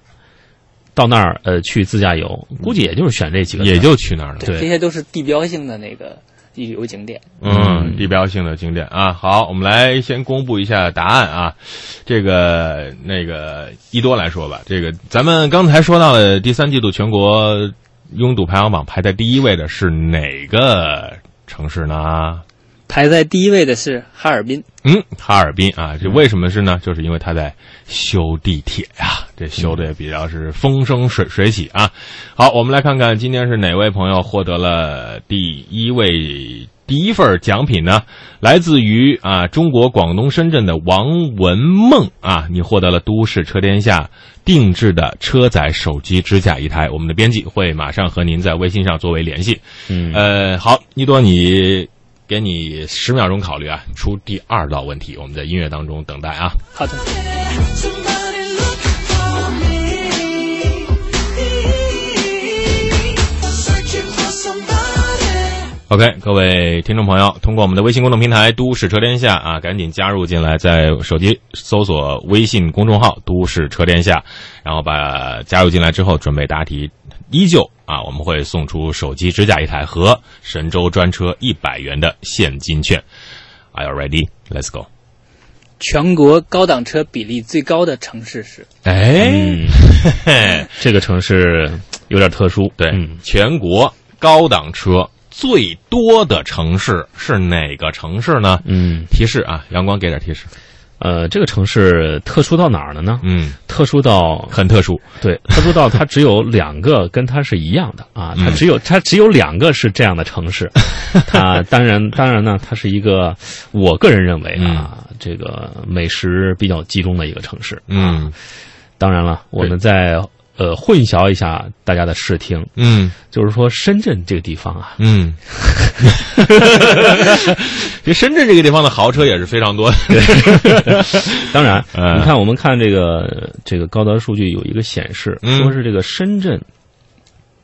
Speaker 3: 到那儿呃去自驾游，估计也就是选这几个地方，
Speaker 1: 嗯也就去那儿了。
Speaker 3: 对
Speaker 2: 这些都是地标性的那个旅游景点。
Speaker 1: 嗯，地标性的景点啊。好，我们来先公布一下答案啊。这个那个一多来说吧，这个咱们刚才说到的第三季度全国拥堵排行榜排在第一位的是哪个城市呢？
Speaker 2: 排在第一位的是哈尔滨。
Speaker 1: 嗯，哈尔滨啊，这为什么是呢？就是因为它在修地铁啊，这修的也比较是风生水水起啊。好，我们来看看今天是哪位朋友获得了第一位第一份奖品呢？来自于啊中国广东深圳的王文梦啊，你获得了都市车天下定制的车载手机支架一台。我们的编辑会马上和您在微信上作为联系。
Speaker 3: 嗯
Speaker 1: 呃，好，一多你。给你十秒钟考虑啊，出第二道问题，我们在音乐当中等待啊。
Speaker 2: 好的。
Speaker 4: Somebody look for me. I'm searching for somebody.
Speaker 1: OK，各位听众朋友，通过我们的微信公众平台“都市车天下”啊，赶紧加入进来，在手机搜索微信公众号“都市车天下”，然后把加入进来之后，准备答题，依旧啊，我们会送出手机支架一台和神州专车一百元的现金券。Are you ready? Let's go.
Speaker 2: 全国高档车比例最高的城市是？
Speaker 1: 哎，
Speaker 3: 嗯，
Speaker 1: 嘿
Speaker 3: 这个城市有点特殊，
Speaker 1: 对，
Speaker 3: 嗯
Speaker 1: 全国高档车最多的城市是哪个城市呢？
Speaker 3: 嗯。
Speaker 1: 提示啊，阳光给点提示。
Speaker 3: 呃，这个城市特殊到哪儿了呢？
Speaker 1: 嗯，
Speaker 3: 特殊 到
Speaker 1: 很特殊，
Speaker 3: 对，特殊到它只有两个跟它是一样的啊，它只有它只有两个是这样的城市。它当然当然呢，它是一个我个人认为啊，这个美食比较集中的一个城市。
Speaker 1: 嗯
Speaker 3: 当然了，我们再呃混淆一下大家的视听，
Speaker 1: 嗯
Speaker 3: 就是说深圳这个地方啊，
Speaker 1: 嗯， 其实深圳这个地方的豪车也是非常多的，
Speaker 3: 当然，
Speaker 1: 嗯
Speaker 3: 你看我们看这个这个高德数据有一个显示，
Speaker 1: 嗯
Speaker 3: 说是这个深圳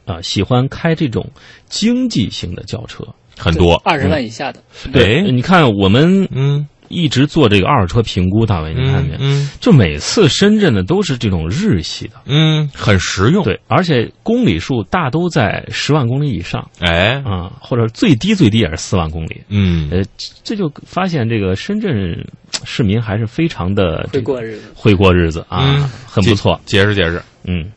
Speaker 3: 啊、喜欢开这种经济型的轿车。
Speaker 1: 很多，嗯
Speaker 2: 二十万以下的，
Speaker 1: 对
Speaker 3: 你看我们
Speaker 1: 嗯
Speaker 3: 一直做这个二手车评估，大伟，你看
Speaker 1: 嗯
Speaker 3: 见没有？
Speaker 1: 嗯
Speaker 3: 就每次深圳的都是这种日系的，
Speaker 1: 嗯，很实用，，
Speaker 3: 对，而且公里数大都在十万公里以上
Speaker 1: 哎，
Speaker 3: 啊、或者最低最低也是四万公里。
Speaker 1: 嗯
Speaker 3: 呃，这就发现这个深圳市民还是非常的
Speaker 2: 会过日子。
Speaker 3: 会过日子啊，
Speaker 1: 嗯
Speaker 3: 很不错。
Speaker 1: 解释解释，
Speaker 3: 嗯，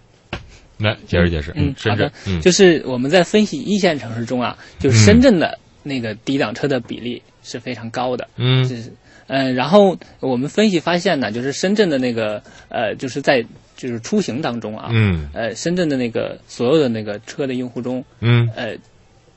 Speaker 1: 来解释解释，
Speaker 2: 嗯
Speaker 1: 深圳
Speaker 2: 好的，
Speaker 1: 嗯
Speaker 2: 就是我们在分析一线城市中啊，就是深圳的那个低档车的比例是非常高的。
Speaker 1: 嗯
Speaker 2: 是，嗯，然后我们分析发现呢，就是深圳的那个呃，就是在就是出行当中啊，
Speaker 1: 嗯
Speaker 2: 呃，深圳的那个所有的那个车的用户中，
Speaker 1: 嗯
Speaker 2: 呃，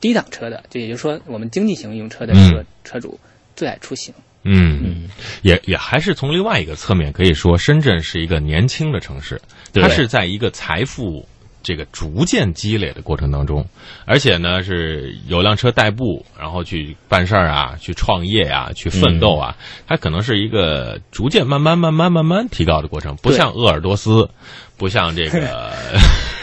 Speaker 2: 低档车的，就也就是说我们经济型用车的车、
Speaker 1: 嗯
Speaker 2: 车主最爱出行。
Speaker 1: 嗯，也也还是从另外一个侧面可以说，深圳是一个年轻的城市，
Speaker 3: 对
Speaker 1: 它是在一个财富这个逐渐积累的过程当中，而且呢是有辆车代步，然后去办事儿啊，去创业呀、去奋斗啊，它可能是一个逐渐慢慢慢慢慢慢提高的过程，不
Speaker 2: 对
Speaker 1: 像鄂尔多斯，不像这个。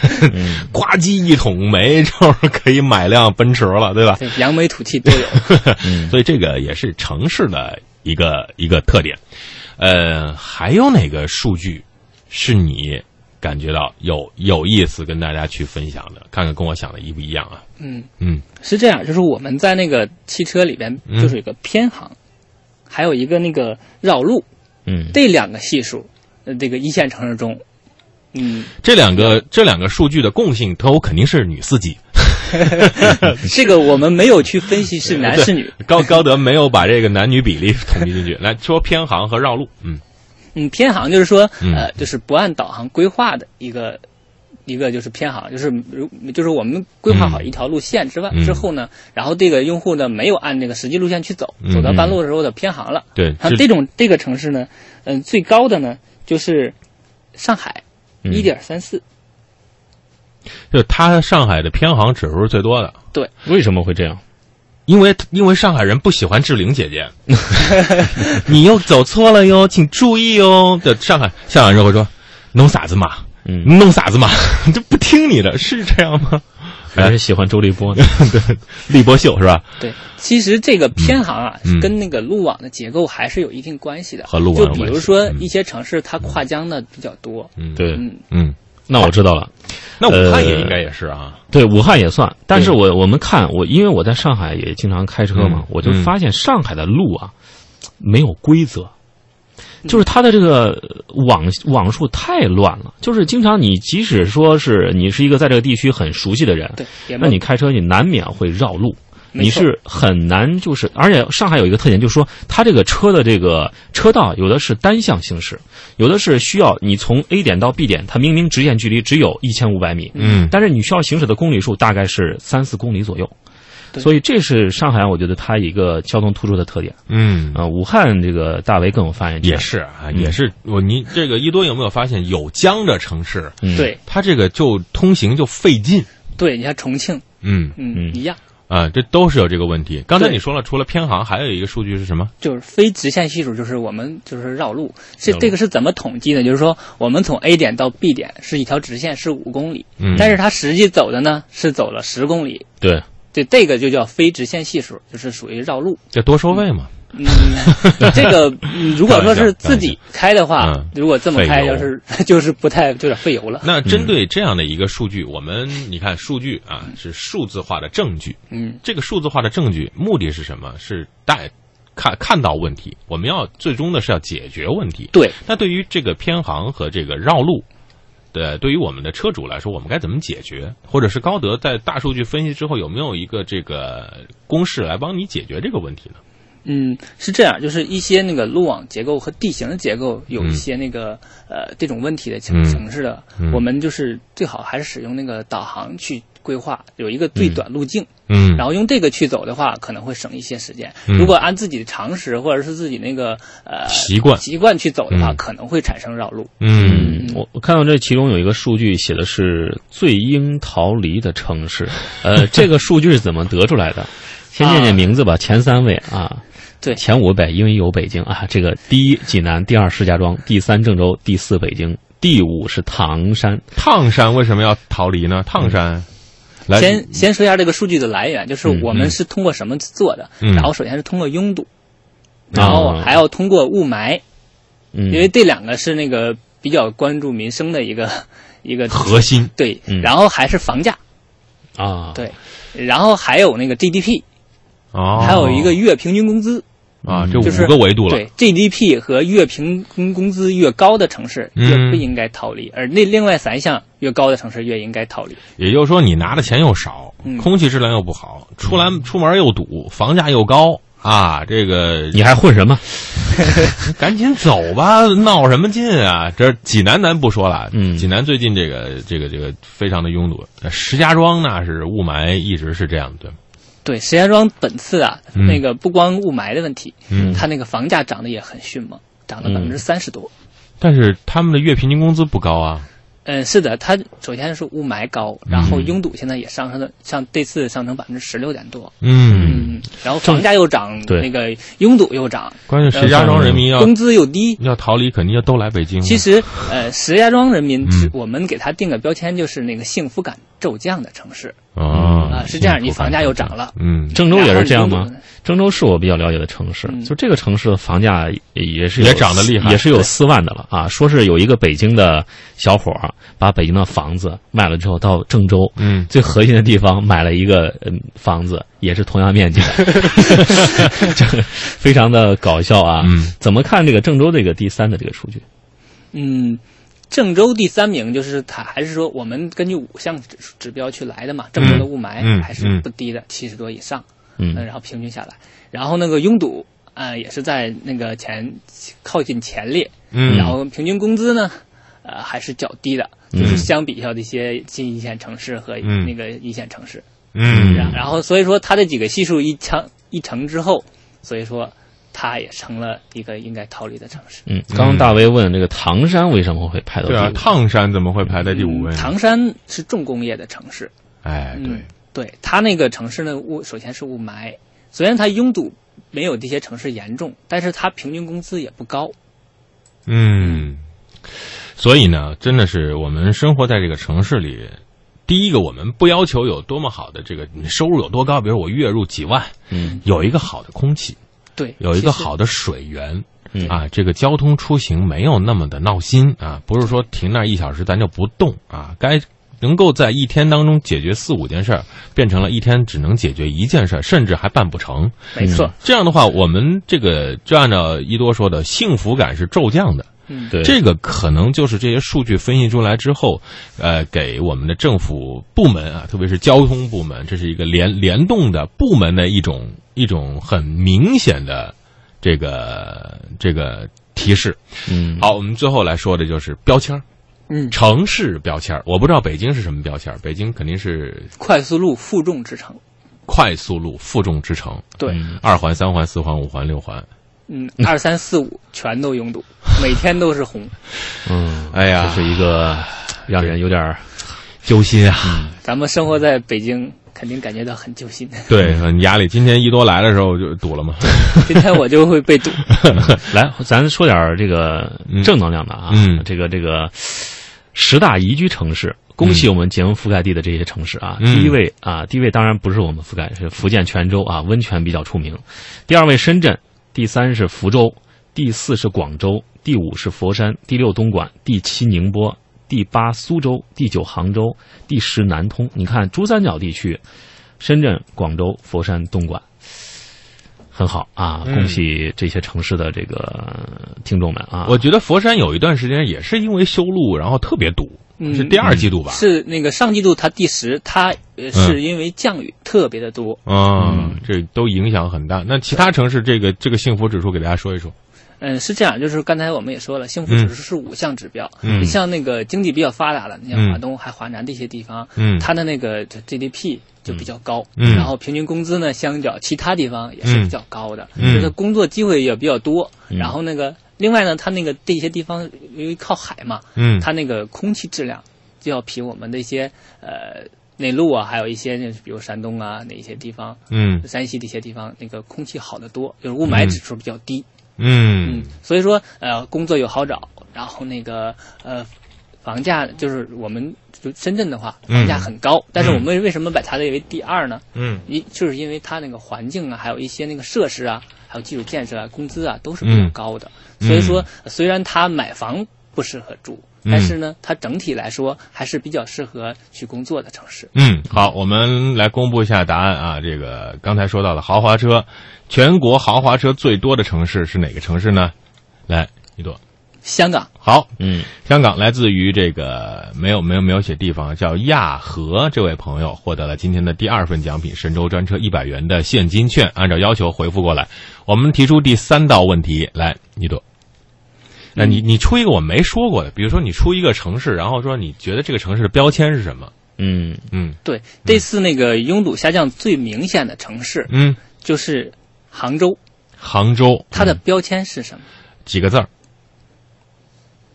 Speaker 1: 呱唧一桶煤，就是可以买辆奔驰了，对吧？
Speaker 2: 对，扬眉吐气 都有。
Speaker 1: 所以这个也是城市的一个一个特点。呃，还有哪个数据是你感觉到有有意思跟大家去分享的？看看跟我想的一不一样啊？
Speaker 2: 嗯，
Speaker 1: 嗯
Speaker 2: 是这样，就是我们在那个汽车里边
Speaker 1: 嗯
Speaker 2: 就是有个偏航，还有一个那个绕路，
Speaker 3: 嗯，
Speaker 2: 这两个系数，呃，这个一线城市中， 嗯，
Speaker 1: 这两个这两个数据的共性都肯定是女司机。
Speaker 2: 这个我们没有去分析是男是女。
Speaker 1: 高高德没有把这个男女比例统计进去。来说偏航和绕路，嗯
Speaker 2: 嗯，偏航就是说，
Speaker 1: 嗯
Speaker 2: 呃，就是不按导航规划的一个一个就是偏航，就是如就是我们规划好一条路线之外、
Speaker 1: 嗯
Speaker 2: 之后呢，然后这个用户呢没有按这个实际路线去走，
Speaker 1: 嗯
Speaker 2: 走到半路的时候的偏航了。
Speaker 1: 对，
Speaker 2: 然后
Speaker 1: 这
Speaker 2: 这种这个城市呢，嗯、最高的呢就是上海
Speaker 3: 嗯
Speaker 2: 一点三四，
Speaker 1: 就是它上海的偏航指数是最多的。
Speaker 3: 为什么会这样？
Speaker 1: 因为因为上海人不喜欢志玲姐 姐，你又走错了哟，请注意哦。这上海上海人会说，弄傻子嘛，
Speaker 3: 嗯
Speaker 1: 弄傻子嘛， 就不听你的，是这样吗？
Speaker 3: 还是喜欢周立波呢？
Speaker 1: 立波秀是吧？
Speaker 2: 对，其实这个偏航啊，
Speaker 1: 嗯
Speaker 2: 跟那个路网的结构还是有一定关系的。
Speaker 1: 和路网有
Speaker 2: 就
Speaker 1: 关系
Speaker 2: 比如说
Speaker 1: 嗯
Speaker 2: 一些城市，它跨江的比较多。
Speaker 1: 嗯，，
Speaker 3: 对，
Speaker 2: 嗯，
Speaker 1: 嗯，呃
Speaker 3: 那我知道了。
Speaker 1: 那武汉也应该也是啊，
Speaker 3: 对，武汉也算，但是我我们看我，因为我在上海也经常开车嘛
Speaker 1: 嗯，
Speaker 3: 我就发现上海的路啊没有规则，就是它的这个呃网网数太乱了，就是经常你即使说是你是一个在这个地区很熟悉的人，
Speaker 2: 对，也没
Speaker 3: 那你开车你难免会绕路，
Speaker 2: 没
Speaker 3: 你
Speaker 2: 错
Speaker 3: 是很难就是，而且上海有一个特点，就是说它这个车的这个车道有的是单向行驶，有的是需要你从 A 点到 B 点，它明明直线距离只有一千五百米，
Speaker 1: 嗯
Speaker 3: 但是你需要行驶的公里数大概是三四公里左右。
Speaker 2: 对
Speaker 3: 所以这是上海，我觉得它一个交通突出的特点
Speaker 1: 嗯
Speaker 3: 啊、呃武汉这个大为更有发言权，
Speaker 1: 也是啊，也是我你这个一多有没有发现有江的城市，
Speaker 3: 嗯
Speaker 2: 对
Speaker 1: 它这个就通行就费劲，
Speaker 2: 对，你像重庆，
Speaker 1: 嗯
Speaker 2: 嗯，
Speaker 3: 嗯
Speaker 2: 一样，
Speaker 1: 啊，这都是有这个问题。刚才
Speaker 2: 对
Speaker 1: 你说了，除了偏航，还有一个数据是什么？
Speaker 2: 就是非直线系数，就是我们就是绕路。这
Speaker 1: 绕路
Speaker 2: 这个是怎么统计的？就是说，我们从 A 点到 B 点是一条直线，是五公里，
Speaker 1: 嗯，
Speaker 2: 但是它实际走的呢是走了十公里。
Speaker 3: 对，
Speaker 2: 对，这个就叫非直线系数，就是属于绕路。
Speaker 1: 这多收费嘛。
Speaker 2: 嗯，这 个嗯如果说是自己开的
Speaker 1: 开
Speaker 2: 话
Speaker 1: 玩笑嗯，
Speaker 2: 如果这么开，
Speaker 1: 费油
Speaker 2: 就是 就是不太就有点费油了。
Speaker 1: 那针对这样的一个数据，我们你看数据啊是数字化的证据，
Speaker 2: 嗯，
Speaker 1: 这个数字化的证据目的是什么？是带看看到问题，我们要最终的是要解决问题。
Speaker 2: 对，
Speaker 1: 那对于这个偏航和这个绕路。对，对于我们的车主来说，我们该怎么解决？或者是高德在大数据分析之后，有没有一个这个公式来帮你解决这个问题呢？
Speaker 2: 嗯，是这样，就是一些那个路网结构和地形的结构有一些那个、呃这种问题的
Speaker 1: 嗯
Speaker 2: 城城市的，
Speaker 1: 嗯
Speaker 2: 我们就是最好还是使用那个导航去规划，有一个最短路径，
Speaker 1: 嗯，
Speaker 2: 然
Speaker 1: 后
Speaker 2: 后用这个去走的话，可能会省一些时间。
Speaker 1: 嗯
Speaker 2: 如果按自己的常识或者是自己那个呃
Speaker 1: 习惯，
Speaker 2: 习惯去走的话，
Speaker 1: 嗯
Speaker 2: 可能会产生绕路。
Speaker 1: 嗯
Speaker 3: 嗯，我我看到这其中有一个数据写的是最应逃离的城市， 呃，这个数据是怎么得出来的？先念念名字吧，前三位啊，
Speaker 2: 对
Speaker 3: 前五位因为有北京啊，这个第一济南，第二石家庄，第三郑州，第四北京，第五是唐山。
Speaker 1: 烫山为什么要逃离呢？烫山，来，
Speaker 2: 先先说一下这个数据的来源，就是
Speaker 1: 哎嗯
Speaker 2: 我们是通过什么做的？
Speaker 1: 嗯哦
Speaker 2: 然后首先是通过拥堵，然后
Speaker 3: 啊
Speaker 2: 还要通过雾霾，
Speaker 3: 嗯，
Speaker 2: 因为这两个是那个比较关注民生的一个一个
Speaker 1: 核心，
Speaker 2: 对
Speaker 3: 嗯，
Speaker 2: 然后还是房价
Speaker 3: 啊，
Speaker 2: 对，然后还有那个 GDP，
Speaker 1: 哦，
Speaker 2: 还有一个月平均工资，
Speaker 1: 啊，这
Speaker 2: 就是
Speaker 1: 五个维度了，
Speaker 2: 对 GDP 和月平均工资越高的城市越
Speaker 1: 嗯
Speaker 2: 不应该逃离，而那另外三项越高的城市越应该逃离。
Speaker 1: 也就是说，你拿的钱又少，
Speaker 2: 嗯
Speaker 1: 空气质量又不好，出来出门又堵，房价又高啊！这个
Speaker 3: 你还混什么？
Speaker 1: 赶紧走吧，闹什么劲啊？这济南咱不说了，
Speaker 3: 嗯
Speaker 1: 济南最近这个这个这个非常的拥堵，呃石家庄那是雾霾一直是这样的，对吗
Speaker 2: 对，石家庄本次啊，
Speaker 1: 嗯
Speaker 2: 那个不光雾霾的问题，
Speaker 1: 嗯
Speaker 2: 它那个房价涨得也很迅猛，涨了
Speaker 3: 嗯
Speaker 2: 百分之三十多。
Speaker 1: 但是他们的月平均工资不高啊，
Speaker 2: 嗯，是的，它首先是雾霾高，然后
Speaker 1: 嗯
Speaker 2: 拥堵现在也上升了，像这次上升百分之十六点多。
Speaker 1: 嗯，，
Speaker 2: 然后房价又涨，
Speaker 3: 对
Speaker 2: 那个拥堵又涨，
Speaker 1: 关键石家庄人民要
Speaker 2: 工资又低。
Speaker 1: 要逃离，肯定要都来北
Speaker 3: 嗯
Speaker 1: 京了。
Speaker 2: 其实，呃，石家庄人民，
Speaker 1: 嗯
Speaker 2: 我们给它定个标签，就是那个幸福感骤降的城市
Speaker 1: 啊
Speaker 2: 啊，是这样，你房价又涨，了，
Speaker 1: 嗯，
Speaker 3: 郑州也是这样
Speaker 2: 然后
Speaker 3: 吗
Speaker 2: 你？就
Speaker 3: 郑州是我比较了解的城市，
Speaker 2: 嗯
Speaker 3: 就这个城市的房价也也是有
Speaker 1: 也涨得厉害
Speaker 3: 也是有四万的了啊。说是有一个北京的小伙儿把北京的房子卖了之后，到郑州
Speaker 1: 嗯，
Speaker 3: 最核心的地方买了一个嗯房子，也是同样 面积的， 这个非常的搞笑啊。
Speaker 1: 嗯
Speaker 3: 怎么看这个郑州这个第三的这个数据？
Speaker 2: 嗯，郑州第三名就是它，还是说我们根据五项指数指标去来的嘛？郑州的雾
Speaker 1: 嗯
Speaker 2: 霾还
Speaker 1: 嗯
Speaker 2: 是不低的，七十多以上，嗯，
Speaker 3: 嗯
Speaker 2: 然后平均下来，然后那个拥堵，啊，也是在那个前靠近前列，
Speaker 1: 嗯，
Speaker 2: 然后平均工资呢，呃，还是较低的，就是相比较这些近一线城市和
Speaker 1: 嗯
Speaker 2: 那个一线城市，
Speaker 1: 嗯，
Speaker 2: 然然后所以说它这几个系数一强一乘之后，所以说它也成了一个应该逃离的城市。
Speaker 3: 嗯，刚刚大威问这个唐山为什么会排到
Speaker 1: 对啊，
Speaker 3: 第五
Speaker 1: 烫山怎么会排在第五位
Speaker 2: 嗯
Speaker 1: 呢？
Speaker 2: 唐山是重工业的城市，
Speaker 1: 哎，对
Speaker 2: 嗯，对它那个城市呢，雾首先是雾霾，虽然它拥堵没有这些城市严重，但是它平均工资也不高。
Speaker 1: 嗯，所以呢，真的是我们生活在这个城市里，第一个我们不要求有多么好的这个你收入有多高，比如我月入几万，
Speaker 3: 嗯
Speaker 1: 有一个好的空气，
Speaker 2: 对，
Speaker 1: 有一个
Speaker 2: 其实
Speaker 1: 好的水源
Speaker 3: 嗯
Speaker 1: 啊，这个交通出行没有那么的闹心啊，不是说停那儿一小时咱就不动啊，该。能够在一天当中解决四五件事儿，变成了一天只能解决一件事儿，甚至还办不成。
Speaker 2: 没错，
Speaker 1: 嗯这样的话，我们这个就按照一多说的，幸福感是骤降的。
Speaker 2: 嗯，
Speaker 3: 对
Speaker 1: 这个可能就是这些数据分析出来之后，呃，给我们的政府部门啊，特别是交通部门，这是一个联联动的部门的一种一种很明显的这个这个提示。
Speaker 3: 嗯
Speaker 1: 好，我们最后来说的就是标签儿
Speaker 2: 嗯，
Speaker 1: 城市标签儿我不知道北京是什么标签儿北京肯定是
Speaker 2: 快速路负重之城，
Speaker 1: 快速路负重之城，嗯
Speaker 2: 对，
Speaker 1: 二环、三环、四环、五环、六环。
Speaker 2: 嗯，二三四五全都拥堵，每天都是 红。
Speaker 3: 嗯，
Speaker 1: 哎呀，
Speaker 3: 这是一个让人有点儿
Speaker 1: 揪心啊！
Speaker 2: 咱们生活在北京，肯定感觉到很揪心。
Speaker 1: 对，很压力。今天一多来的时候就堵了嘛。
Speaker 2: 今天我就会 被堵。
Speaker 3: 来，咱说点儿这个正能量的啊，
Speaker 1: 嗯
Speaker 3: 这个这个十大宜居城市，恭喜我们节目覆盖地的这些城市啊。
Speaker 1: 嗯
Speaker 3: 第一位啊，第一位当然不是我们覆盖，是福建泉州啊，温泉比较出名。第二位深圳，第三是福州，第四是广州，第五是佛山，第六东莞，第七宁波，第八苏州，第九杭州，第十南通。你看珠三角地区，深圳、广州、佛山、东莞。很好啊！
Speaker 1: 嗯
Speaker 3: 恭喜这些城市的这个听众们啊！
Speaker 1: 我觉得佛山有一段时间也是因为修路，然后特别堵，
Speaker 2: 嗯
Speaker 1: 是第二季度吧？
Speaker 2: 是那个上季度它第十，它呃是因为降雨特别的多，
Speaker 1: 嗯，这都影响很大。那其他城市这个这个幸福指数给大家说一说。
Speaker 2: 嗯，是这样，就是刚才我们也说了，幸福指数是五项指标。
Speaker 1: 嗯
Speaker 2: 你像那个经济比较发达的，你像
Speaker 1: 嗯
Speaker 2: 华东还华南这些地方，
Speaker 1: 嗯
Speaker 2: 它的那个就 GDP 就比较高，
Speaker 1: 嗯
Speaker 2: 然后平均工资呢，相较其他地方也是比较高的，
Speaker 1: 嗯
Speaker 2: 就是工作机会也比较多。然后那个另外呢，它那个这些地方由于靠海嘛，
Speaker 1: 嗯
Speaker 2: 它那个空气质量就要比我们的一些呃内陆啊，还有一些比如山东啊那一些地方、
Speaker 1: 嗯
Speaker 2: 山西这些地方那个空气好得多，就是雾霾指数比较低。
Speaker 1: 嗯
Speaker 2: 嗯，所以说呃，工作有好找，然后那个呃，房价就是我们就深圳的话，
Speaker 1: 嗯
Speaker 2: 房价很高，但是我们为什么把它列为第二呢？
Speaker 1: 嗯
Speaker 2: 一就是因为它那个环境啊，还有一些那个设施啊，还有基础建设啊，工资啊都是比较高的。
Speaker 1: 嗯
Speaker 2: 所以说，虽然它买房不适合住，
Speaker 1: 嗯
Speaker 2: 但是呢，它整体来说还是比较适合去工作的城市。
Speaker 1: 嗯，好，我们来公布一下答案啊。这个刚才说到了豪华车，全国豪华车最多的城市是哪个城市呢？来，一朵。
Speaker 2: 香港，
Speaker 1: 好，
Speaker 3: 嗯
Speaker 1: 香港来自于这个没有没有没有写地方，叫亚和这位朋友获得了今天的第二份奖品——神州专车一百元的现金券。按照要求回复过来，我们提出第三道问题来，你读。那你你出一个我没说过的，比如说你出一个城市，然后说你觉得这个城市的标签是什么？
Speaker 3: 嗯
Speaker 1: 嗯
Speaker 2: 对这次那个拥堵下降最明显的城市
Speaker 1: 嗯，
Speaker 2: 就是杭州，
Speaker 1: 杭州嗯
Speaker 2: 它的标签是什么？
Speaker 1: 几个字儿？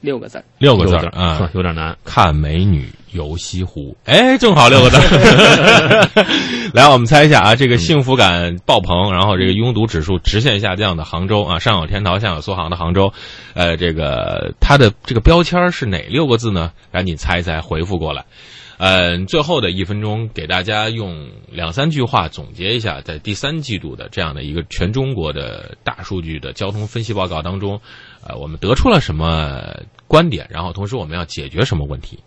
Speaker 2: 六个字儿。
Speaker 1: 六个字
Speaker 3: 有
Speaker 1: 儿
Speaker 3: 点
Speaker 1: 啊、
Speaker 3: 有点难。
Speaker 1: 看美女游西湖，哎，正好六个字儿。来，我们猜一下啊，这个幸福感爆棚，然后这个拥堵指数直线下降的杭州啊，上有天堂，下有苏杭的杭州，呃，这个它的这个标签是哪六个字呢？赶紧猜一猜，回复过来。嗯、最后的一分钟给大家用两三句话总结一下，在第三季度的这样的一个全中国的大数据的交通分析报告当中，呃，我们得出了什么观点，然后同时我们要解决什么问题？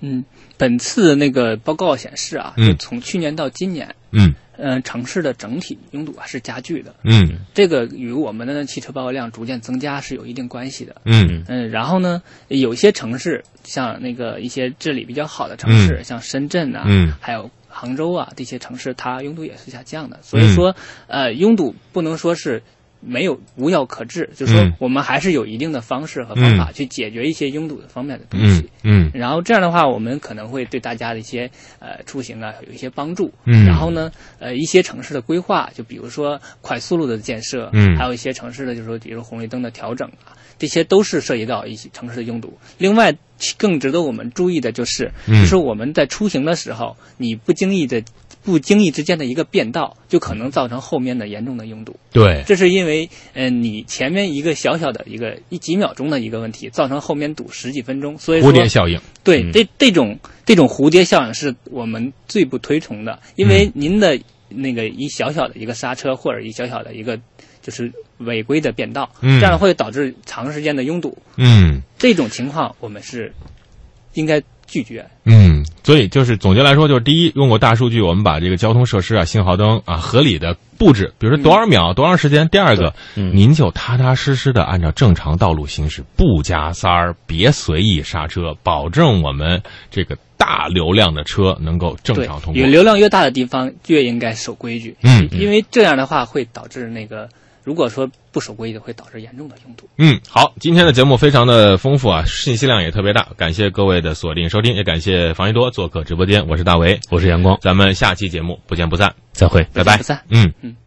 Speaker 2: 嗯，本次那个报告显示啊，
Speaker 1: 嗯
Speaker 2: 就从去年到今年，
Speaker 1: 嗯
Speaker 2: 嗯、城市的整体拥堵啊是加剧的，
Speaker 1: 嗯
Speaker 2: 这个与我们的汽车报告量逐渐增加是有一定关系的。
Speaker 1: 嗯
Speaker 2: 嗯，然后呢，有些城市像那个一些治理比较好的城市，像深圳啊，
Speaker 1: 嗯
Speaker 2: 还有杭州啊这些城市，它拥堵也是下降
Speaker 1: 嗯
Speaker 2: 的。所以说，呃，拥堵不能说是没有无药可治，就是说
Speaker 1: 嗯
Speaker 2: 我们还是有一定的方式和方法去解决一些拥堵的方面的东西。
Speaker 1: 嗯嗯
Speaker 2: 然后这样的话，我们可能会对大家的一些呃出行啊有一些帮助。
Speaker 1: 嗯
Speaker 2: 然后呢，呃，一些城市的规划，就比如说快速路的建设，
Speaker 1: 嗯
Speaker 2: 还有一些城市的就是说，比如红绿灯的调整啊，这些都是涉及到一些城市的拥堵。另外，更值得我们注意的就是，
Speaker 1: 嗯
Speaker 2: 就是我们在出行的时候，你不经意的。不经意之间的一个变道，就可能造成后面的严重的拥堵。
Speaker 1: 对，
Speaker 2: 这是因为，嗯、你前面一个小小的一个一几秒钟的一个问题，造成后面堵十几分钟。所以说，
Speaker 1: 蝴蝶效应。
Speaker 2: 对，
Speaker 3: 嗯
Speaker 2: 这这种这种蝴蝶效应是我们最不推崇的，因
Speaker 1: 嗯
Speaker 2: 为您的那个一小小的一个刹车或者一小小的一个就是违规的变道，
Speaker 1: 嗯
Speaker 2: 这样会导致长时间的拥堵。
Speaker 1: 嗯
Speaker 2: 这种情况我们是应该拒绝。
Speaker 1: 嗯，所以就是总结来说，就是第一，用过大数据，我们把这个交通设施啊、信号灯啊合理的布置，比如说多少秒、多长时间。第二个，
Speaker 3: 嗯
Speaker 1: 您就踏踏实实的按照正常道路行驶，不加塞儿，别随意刹车，保证我们这个大流量的车能够正
Speaker 2: 对
Speaker 1: 常，通过
Speaker 2: 有。流量越大的地方越应该守规矩，
Speaker 1: 嗯
Speaker 2: 因为这样的话会导致那个如果说不守规矩会导致严重的拥堵。
Speaker 1: 嗯，好，今天的节目非常的丰富啊，信息量也特别大，感谢各位的锁定收听，也感谢房一多做客直播间，我是大为，
Speaker 3: 我是阳光，
Speaker 1: 咱们下期节目不见不散，
Speaker 3: 再会。
Speaker 1: 拜拜
Speaker 2: 不见不散。
Speaker 1: 嗯。